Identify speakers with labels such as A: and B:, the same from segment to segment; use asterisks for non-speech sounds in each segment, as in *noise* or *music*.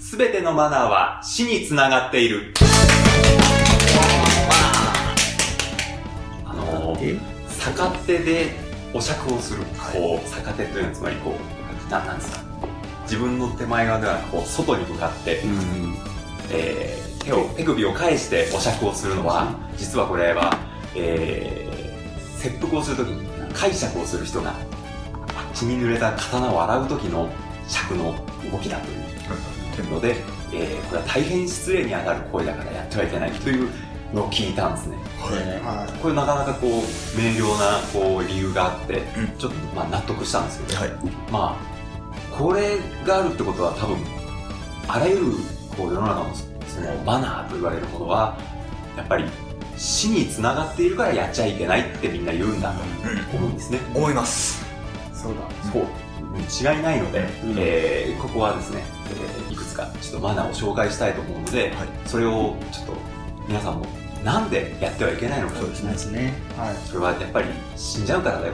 A: すべてのマナーは死につながっている。あのー、
B: え
A: 逆手でお釈をする。
B: はい
A: こう、逆手というのはつまりこう、なんなんですか自分の手前側ではなくこう、外に向かって、
B: うん。
A: えー手を、手首を返してお釈をするのは、実はこれは、えー、切腹をするときに、解釈をする人が、血に濡れた刀を洗うときの釈の動きだという。ので、えーこれは大変失礼にあたる行為だからやってはいけないというのを聞いたんですね。
C: は
A: これなかなかこう明瞭なこう理由があって、
B: うん
A: ちょっとまあ納得したんですけど、
B: はい。
A: まあこれがあるってことは多分あらゆるこう世の中のそそのマナーと言われるものはやっぱり死につながっているからやっちゃいけないってみんな言うんだと思うんですね。
B: 思います。
C: い。そうだ。
A: そう違いないので、
C: うん
A: えーここはですね、えーいくつかちょっとマナーを紹介したいと思うので、
B: はい
A: それをちょっと皆さんもなんでやってはいけないのか
B: そうです
C: そうですね。はい。
A: それはやっぱり死んじゃうからだよ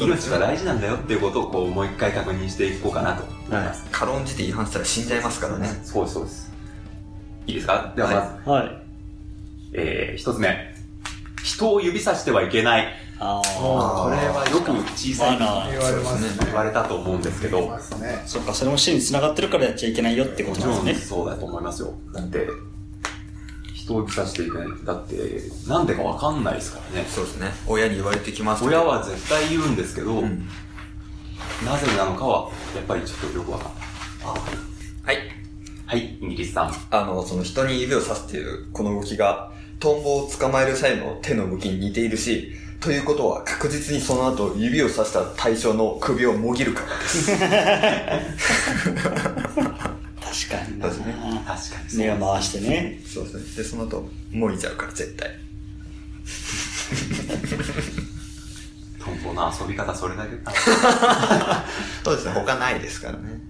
A: 命は大事なんだよっていうことをこうもう一回確認していこうかなと思います、
B: 軽んじて違反したら死んじゃいますからね。
A: そうですそうですいいですかではまず、
D: はい。
A: えー一つ目人を指さしてはいけない
D: あ
C: あ
D: あ。
A: これはよく小さい
D: マ
A: 時に
D: ナー。
C: 言われますね。
A: 言われたと思うんですけ
C: 言い
A: ど
C: ますね。
D: そっか、それも死に繋がってるからやっちゃいけないよってこ
A: も
D: と
A: ち
D: な
A: ろ
D: ん
A: ん
D: ですね。
A: そうだと思いますよ。だって、人を指さしていけない。だって、なんでかわかんないですからね。
B: そうですね。親に言われてきますけど
A: 親、は絶対言うんですけど、
B: うん
A: なぜなのかは、やっぱりちょっとよくわかんない。
B: はい。
A: はい、イギリスさん。
B: あの、その人に指をさすっていう、この動きが、トンボを捕まえる際の手の動きに似ているし、ということは確実にその後、指をさした対象の首をもぎるからです。 *laughs*
A: 確か
B: そうです
D: 確かにな。
A: に
D: 目を回してね。
B: そうですね。で、その後、もいちゃうから、絶対。
A: トンボの遊び方、それだけか。
B: そうですね。他ないですからね。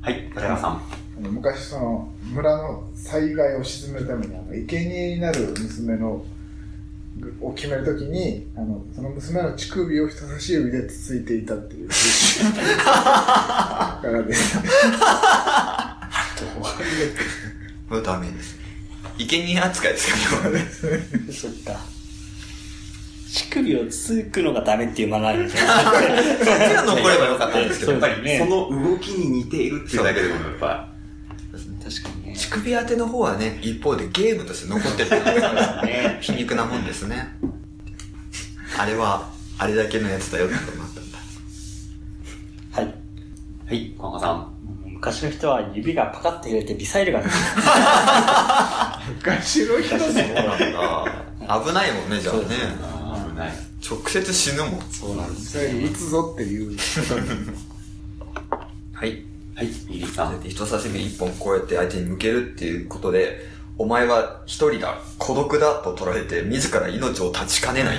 A: はい、高山さん。
C: あの昔その村の災害を鎮めるためにあの生贄になる娘のぐを決めるときにあのその娘の乳首を人差し指でつついていたっていうからです
B: これダメです。生贄扱いですからね。
D: そっか。乳首をつつくのがダメっていうマナー *laughs* ですね
B: そっちが残ればよかったんですけど。
D: そ
A: や
D: う
A: っ
D: で
A: ぱり、そ
D: すね
A: の動きに似ているっていうだけでも、やっぱ、
D: 確かにね。
B: 乳首当ての方はね、一方でゲームとして残ってるからね。皮肉なもんですね。あれは、あれだけのやつだよってことになったんだ。
D: はい。
A: はい、小浜さん。
D: 昔の人は指がパカッと入れてミサイルが出て
C: 昔の人
B: そうなんだ。危ないもんね、じゃあね。
A: あー危ない。
B: 直接死ぬもん。
D: そうなんです。
C: それに打つぞって *laughs* いう
B: はい。
A: はい、イギリスさん。
B: 人差し指一本こうやって相手に向けるっていうことで、お前は一人だ、孤独だと捉えて、自ら命を断ちかねない。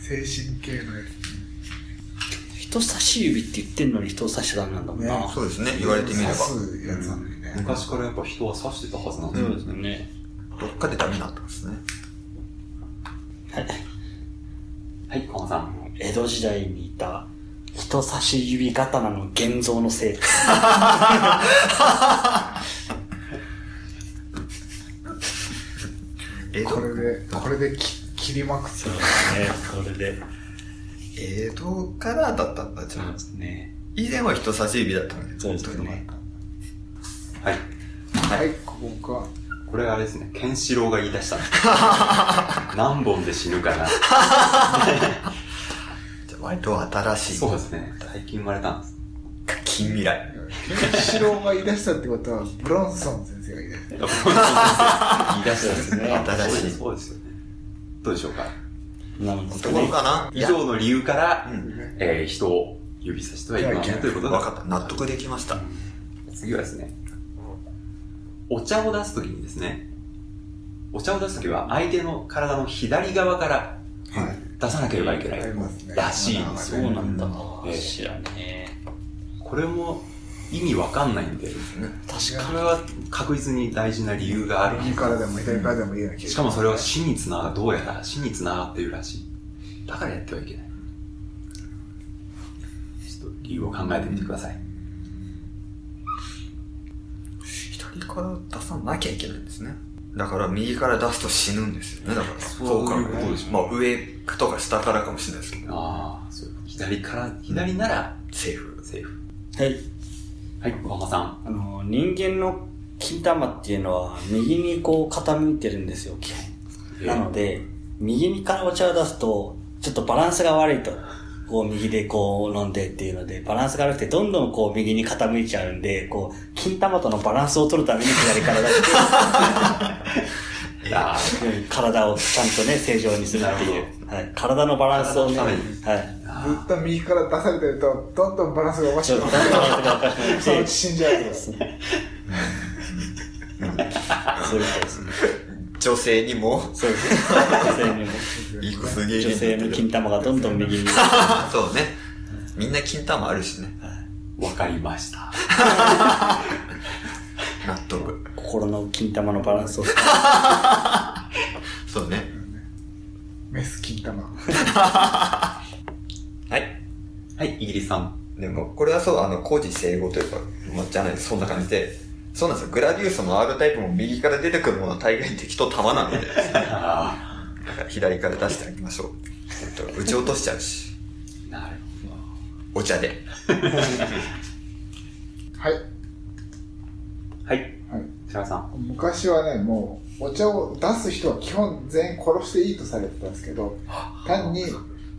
C: 精神系のや
D: 人差し指って言ってんのに人を差しちゃダメなんだもんな。
C: ね
B: そうですね
C: つ、
B: 言われてみれば
C: 刺。すやつなのにね、
A: 昔からやっぱ人は刺してたはずなんですよ
D: そうですよね。
B: どっかでダメだったんですね。
D: はい。
A: はい、小浜さん。
D: 江戸時代にいた人差し指刀の現像のせい。
B: 江戸
C: これでこれでき切りまくって
D: それで。
B: 江戸からだったんだ、じゃあ。
D: ね。
B: 以前は人差し指だったんだ
D: そうですね。
A: はい。
C: はいここか
A: これあれですね、ケンシロウが言い出したの何本で死ぬかな。
B: じゃあ割と新しい。
A: そうですね、最近生まれたんです。
B: 近未来。
C: ケンシロウが言い出したってことはブロンソン先生が言い出した
A: 言い出
D: そう
A: し
D: ですね。
A: た。
B: 新しい。
A: そうですよね。どうでしょうか。
D: なんです
B: と
D: か
B: ころ
D: ね。
B: かな
A: 以上の理由から、
B: うん。
A: えー人を指さしてはいけないということ
B: 分
A: で、
B: かった。納得できました。
A: 次はですね、お茶を出すときにですね、お茶を出すときは相手の体の左側から
C: はい
A: 出さなければいけない。
C: ありますね
A: らしいんです
D: そ
A: よ
D: うなんだ
A: ええ。
D: 知らねえ。
A: これも意味わかんないんで、
D: 確か
A: これは確実に大事な理由がある。
C: 右からでも左からでもいいような気が
A: しかもそれは死につながどうやら死につながっているらしいだからやってはいけないちょっと理由を考えてみてください。
B: 左から出さなきゃいけないんですね。だから右から出すと死ぬんですよね。だから、
A: そう
B: か
A: いうことでしょ
B: まあ上とか下からかもしれないですけど、
A: ああ、そういうこと左から、左なら
B: セーフ。
A: セーフ。
D: はい。
A: はい、小浜さん。
D: あの、人間の金玉っていうのは、右にこう傾いてるんですよ、基本。なので、右にからお茶を出すと、ちょっとバランスが悪いと。こう右でこう飲んでっていうので、バランスが悪くて、どんどんこう右に傾いちゃうんで、こう、金玉とのバランスを取るために左から出
A: あー
D: して、体をちゃんとね、正常にするっていう。はい、体のバランスをね、
A: 体
D: は
A: の
D: い
A: ため。に
C: ずっと右から出されてると、どんどんバランスがおかし
D: ちょっ
C: く
D: と
C: な
D: バ
C: っ
D: ランスがおかしくな
C: て、
D: っ
C: そのう
D: て
C: ち死んじゃうから。
D: そういうことですね。
B: 女性にも、
D: そうですね。女性にも
B: いい子すげえ
D: 女性の金玉がどんどん右に。
B: *laughs* そうね。みんな金玉あるしね。
A: わかりました。
B: 納得。
D: 心の金玉のバランスを。
B: そうね。
C: メス金玉。
B: はい。
A: はい、イギリスさん。
B: でも、これはそう、あの、工事整合というか、まあ、じゃない、そんな感じで、そうなんですよ。グラディウスも R タイプも右から出てくるものは大概敵と玉なので、
A: あ
B: だから左から出してあげましょう。えっと、打ち落としちゃうし、
A: あ、なるほ
B: お茶で。
C: はい。
A: ど。はい、
C: はい
A: 白川さん。
C: 昔はねもうお茶を出す人は基本全員殺していいとされてたんですけど単に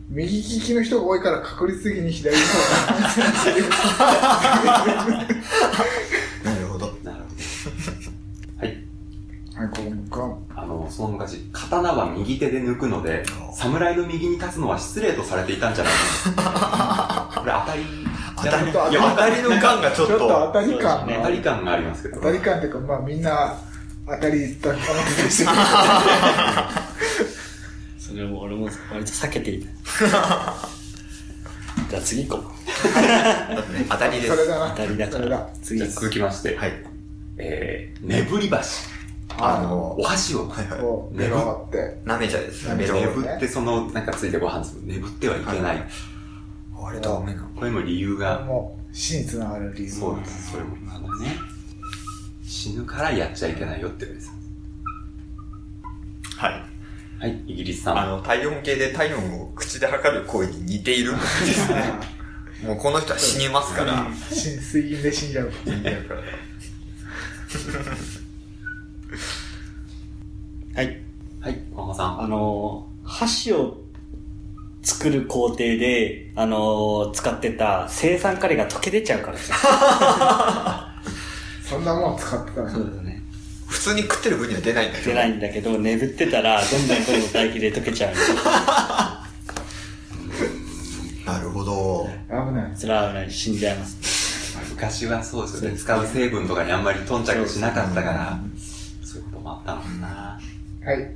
C: 右利きの人が多いから確率的に左の方が安全する
B: なるほど。
A: なるほど。はい。
C: はいここもガン
A: あの、その昔、刀は右手で抜くので、侍の右に立つのは失礼とされていたんじゃない
B: *laughs*
A: か。これ当たり、
B: 当たり
A: いや、
B: 当
A: 当
B: た
A: た
B: り
A: り
B: の
A: の
B: 感がちょっ
C: ちょっと当
B: と、
C: たり感
A: 当たり感がありますけど。
C: 当たり感っていうかまあみんな当
B: *laughs*
C: たりだったかなってしてる
D: それも俺も割と避けていた。じゃあ次行こう。
B: ね当たりで
C: それ
B: す。
C: だな
D: 当たりだか
C: それ
D: ら
C: だ。
D: 次
A: じゃあ続きまして、
B: はい。
A: えー、ねぶり橋。
B: あの
A: お、箸を。
B: はいはい。
C: こう目が回って
B: なめちゃです。
C: 舐
B: メ
C: め茶
B: ロ
C: ね
A: ね
B: ン。
A: ぶってその、なんかついてご飯する。ねぶってはいけない。
B: あれダメなの。
A: これも理由が、
C: もう死につながる理由
A: そうなんです。それも。あのね、死ぬからやっちゃいけないよって言うんです。
B: はい。
A: はい、イギリスさん。
B: あの、体温計で体温を口で測る行為に似ているんですね。もうこの人は死にますから。
C: 死に水銀で死んじゃう
B: 死んじゃうから。
D: はい。
A: はい、小浜さん。
D: あの、箸を作る工程で、あの、使ってた生酸カリが溶け出ちゃうからですよ。
C: そんなもん使ってたの
D: そうだね。
B: 普通に食ってる分には出ないんだけど
D: 出ないんだけど、眠ってたら、どんどんどんどん唾液で溶けちゃうんで、
B: なるほど
C: 危ない
D: それは危ない死んじゃいます。
A: 昔はそうですよね。使う成分とかにあんまり頓着しなかったから、そういうこともあったのかな。
C: はい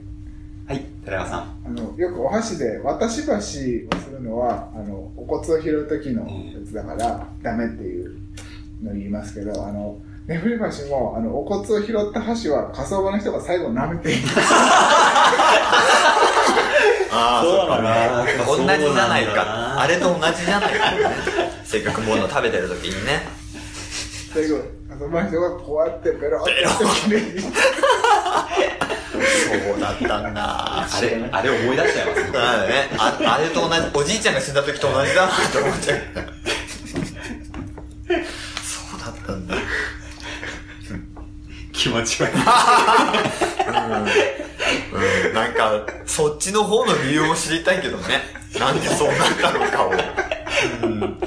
A: はい、寺川さん。
C: あのよくお箸で渡し箸をするのはあのお骨を拾う時のやつだからダメっていうのを言いますけどあの眠り箸もあのお骨を拾った箸は火葬場の人が最後舐めている
B: あ
D: そうなの
B: あ
A: ね
B: 同じじゃない
A: そうなんだな
B: かあれと同じじゃないかねせっかくもの食べてる時にね
C: 最後火葬場の人がこうやってベロってきれいに
B: そうだったんだ
A: あれ、あれ思い出しちゃい
B: *laughs*
A: ますね。
B: だねああれと同じおじいちゃんが死んだ時と同じだなって思っちゃうそうだったんだ
A: 気持ち悪い。
B: うんなんかそっちの方の理由を知りたいけどねなんでそうなったのかを、うん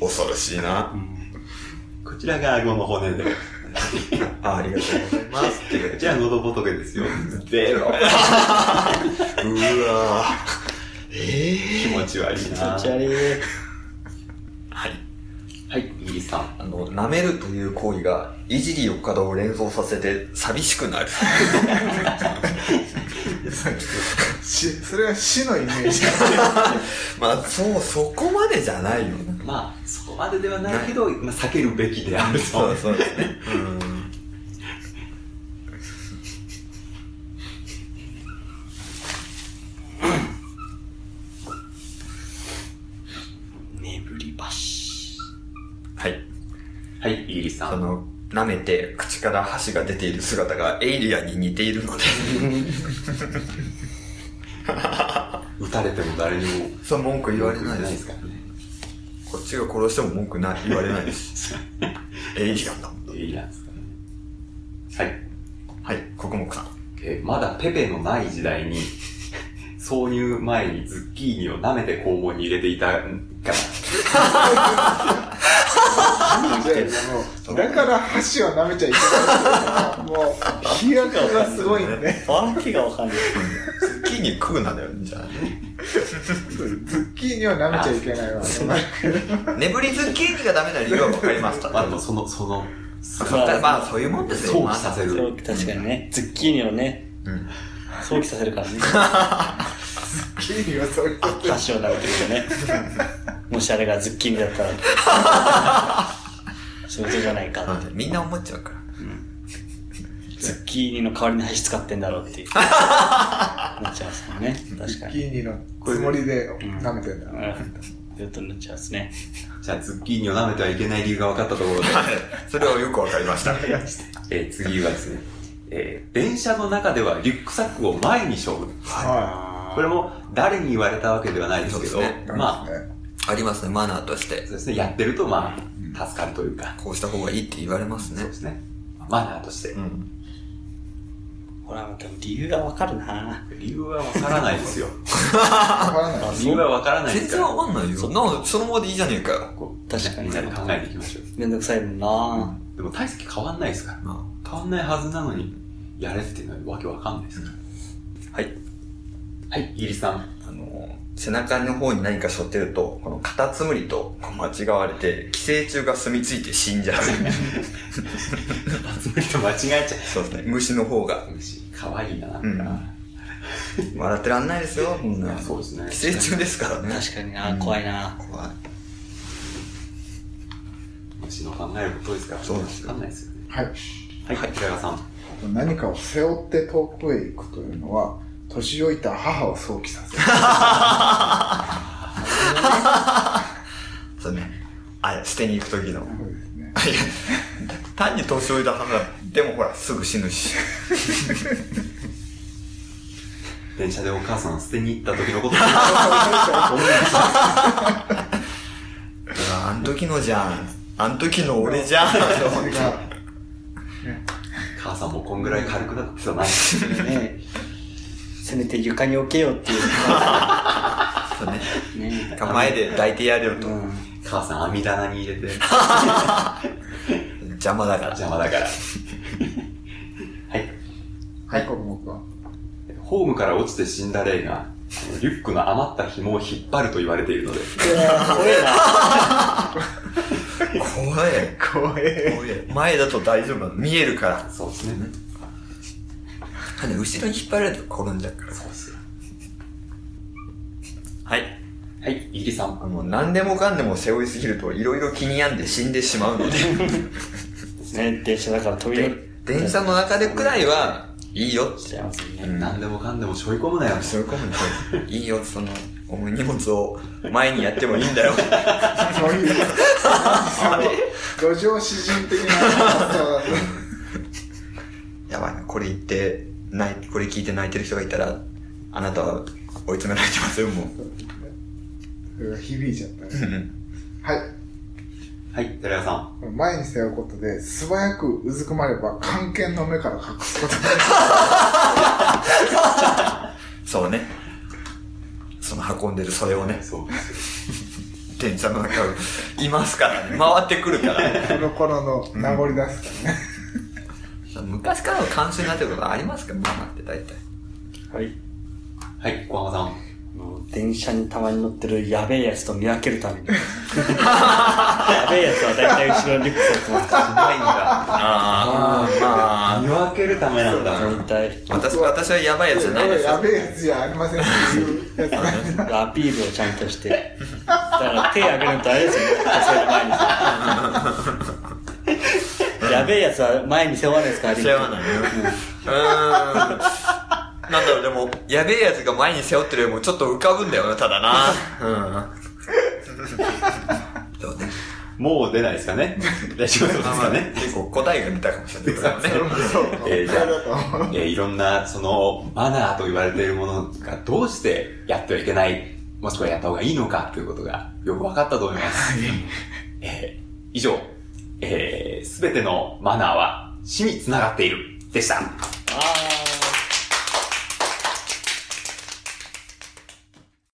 B: 恐ろしいな
A: こちらが顎の骨で、こ
B: あありがとうございますっていう
A: ちら喉仏です *laughs* よ。で、
B: うわーええ
A: 気持ち悪い
D: 気
A: な。
D: 持ち
A: は
D: 悪い。
B: はい
A: い、イギリスさん。
B: あの舐めるという行為がいじり岡田を連想させて寂しくなる
C: *laughs*
B: *laughs*
C: しそれは死のイメージ
B: まあそうそこまでじゃないよね
A: まあ、そこまでではないけど、まあ、避けるべきである
B: そ
A: と
B: う。そうですねうん
D: バシ
B: はい。
A: はい、イギリスさ
B: あ
A: ん。
B: の、舐めて口から箸が出ている姿がエイリアンに似ているので、
A: 撃たれても誰にも
B: そう文句言われない
A: で
B: ですす。
A: からね。
B: こっちが殺しても文句ない言われないです。エイリアンだもん。
A: いいなんですかね。はい。
B: はい、国木さん。
A: えーまだペペのない時代に、 *laughs* 挿入前にズッキーニを舐めて肛門に入れていたから、
C: もうだから箸を舐めちゃいけない。もう、飛躍がすごいんで。
D: わけがわかんない。
B: ズッキーニ食うなだよ、じゃあ。
C: ズッキーニを舐めちゃいけないわ。
B: 眠りズッキーニがダメな理由は分かりました。
A: まあでもその、その、
B: そっからまあ、そういうもんですよ。
A: 想起させる。
D: そう確かにね、ズッキーニをね、
B: うん
D: 想起させるからね。
C: ズッキーニはそういうこと。
D: 箸を舐めてるとね。もしあれがズッキーニだったら、そういうことじゃないかって。
B: みんな思っちゃうから。
D: ズッキーニの代わりに箸使ってんだろうっていう。なっちゃいますもんね。確
C: ズ
D: か
C: ッキ
D: に。
C: ーニのつもりで舐めてんだ。
D: うんずっとなっちゃいますね。
A: じゃあズッキーニを舐めてはいけない理由が分かったところで、
B: *laughs* それはよく分かりました。
A: えー次はですね、えー電車の中ではリュックサックを前にしょう。
C: は
A: これも誰に言われたわけではないですけ
B: そ
A: ど、
B: うですね
C: い。
A: まあ、
B: ありますね、マナーとして
A: そう。ですね、やってるとまあ、助かるというか、
B: こうした方がいいって言われます
A: そう
B: ね
A: で。すね、マナーとして
B: う。ん。
D: ほら、でも理由がわかるな。
A: 理由は分からない
B: *laughs*
A: ですよ。
C: わからない。
D: あ
A: 理由は分からないで
B: 全
A: すか
B: 然
A: ら。
B: わかんないよ。なんかそのままでいいじゃねえかよ。
A: こう
D: 確かに
A: みんなで考えていきましょう。
D: めんどくさいもんな。
A: でも体積変わんないですから。
B: ま
A: 変わんないはずなのに、やれっていうのはわけわかんないですから。
B: あはい。
A: はい、イギリスさん。
B: あの、背中の方に何か背負ってると、このカタツムリとこう間違われて、寄生虫が住み着いて死んじゃう。
A: 集めると間違えちゃ
B: *laughs* そうですね。虫の方が。
A: う。虫、かわいいな、なんか。
B: 笑ってらんないですよ、みんな。
A: そう
B: 寄
A: ですね。
B: 生虫ですからね。
D: 確かにな、怖いな。
B: 怖い。
A: 虫の考えることですから、
B: そうですよ
A: わかんないですよね。
C: はい。
A: はい、平川さん。
C: 何かを背負って遠くへ行くというのは年老いた母を想起させる
B: そうね。あ、捨てに行く時の。
C: そうですね
B: いや単に年老いた母が、でもほら、すぐ死ぬし。
A: 電車でお母さんを捨てに行った時 *laughs* のこと。
B: あん時のじゃん。あん時の俺じゃん。
C: そ
B: *laughs*
C: れが
A: 母さんもこんぐらい軽くなってたな。*laughs*
D: *laughs* ねせめて床に置けよっていう。
B: そうね。
D: ね
B: 構えで抱いてやれよと
D: う。ん
A: 母さん網棚に入れて、
B: 邪魔だから。
A: 邪魔だから。はい。
C: はい国木は
A: ホームから落ちて死んだ霊が、リュックの余った紐を引っ張ると言われているので、
D: 怖えな。
B: 怖え。
C: 怖え
B: 怖え。前だと大丈夫なの。見えるから。
A: そうですね。
B: ただ後ろに引っ張られると転んじゃうから。
A: そうですよ。
B: はい。
A: はい、イギリさん。
B: あの、何でもかんでも背負いすぎると、いろいろ気に病んで死んでしまうので。 *laughs*
D: ね、電車だから飛び乗っ
B: 電車の中でくらいは、いいよっ
D: ち
B: て。
D: ゃいますね。
B: うん
A: 何でもかんでも背負い込むなよ。
B: そういうことね。いいよ、その、お前荷物を前にやってもいいんだよ。
C: そういうその路上詩人的な発想だね
B: やばいな、これ言って、ない、これ聞いて泣いてる人がいたら、あなたは追い詰められてますよ、もう。 *laughs*
C: それが響いちゃったねはい
A: はい、寺屋さん。
C: 前に背負うことで素早くうずくまれば関係の目から隠すこと
B: そうね。その運んでるそれをね、
A: そうですよ。
B: 電車の中を、いますからね。回ってくるから。
C: がこの頃の名残出すからね、
B: 昔からの慣習になってることありますかママって大体。
D: はい。
A: はい、小浜さん。
D: あの電車にたまに乗ってるやべえやつと見分けるために。やべえやつは大体後ろにリュック背負ってます
A: し
D: か
A: ないんだ。
B: ああ、まあ。
A: 見分けるためなんだ。
D: ら。大体、
B: 私、私はやばいやつじゃないですよ
C: や。べえやつじゃありませんっていうやつなんで
D: *laughs* アピールをちゃんとして。だから手挙げるのとあれですよね。背負う *laughs* 前に。やべえやつは前に背負わないですから、
B: 背負わないよ。うーん。なんだろう、でも、やべえやつが前に背負ってるよりもちょっと浮かぶんだよな、ただな。うん。
A: もう出ないですかね *laughs* 大丈夫そうですかね、
B: 結構答えが出たかもしれないですね。
C: そう。
A: えーじゃあ
C: そうだと思う
A: えーいろんなそのマナーと言われているものがどうしてやってはいけない、もしくはやった方がいいのかということがよく分かったと思います。えー以上、す、えー、べ、てのマナーは死につながっているでした。
D: あー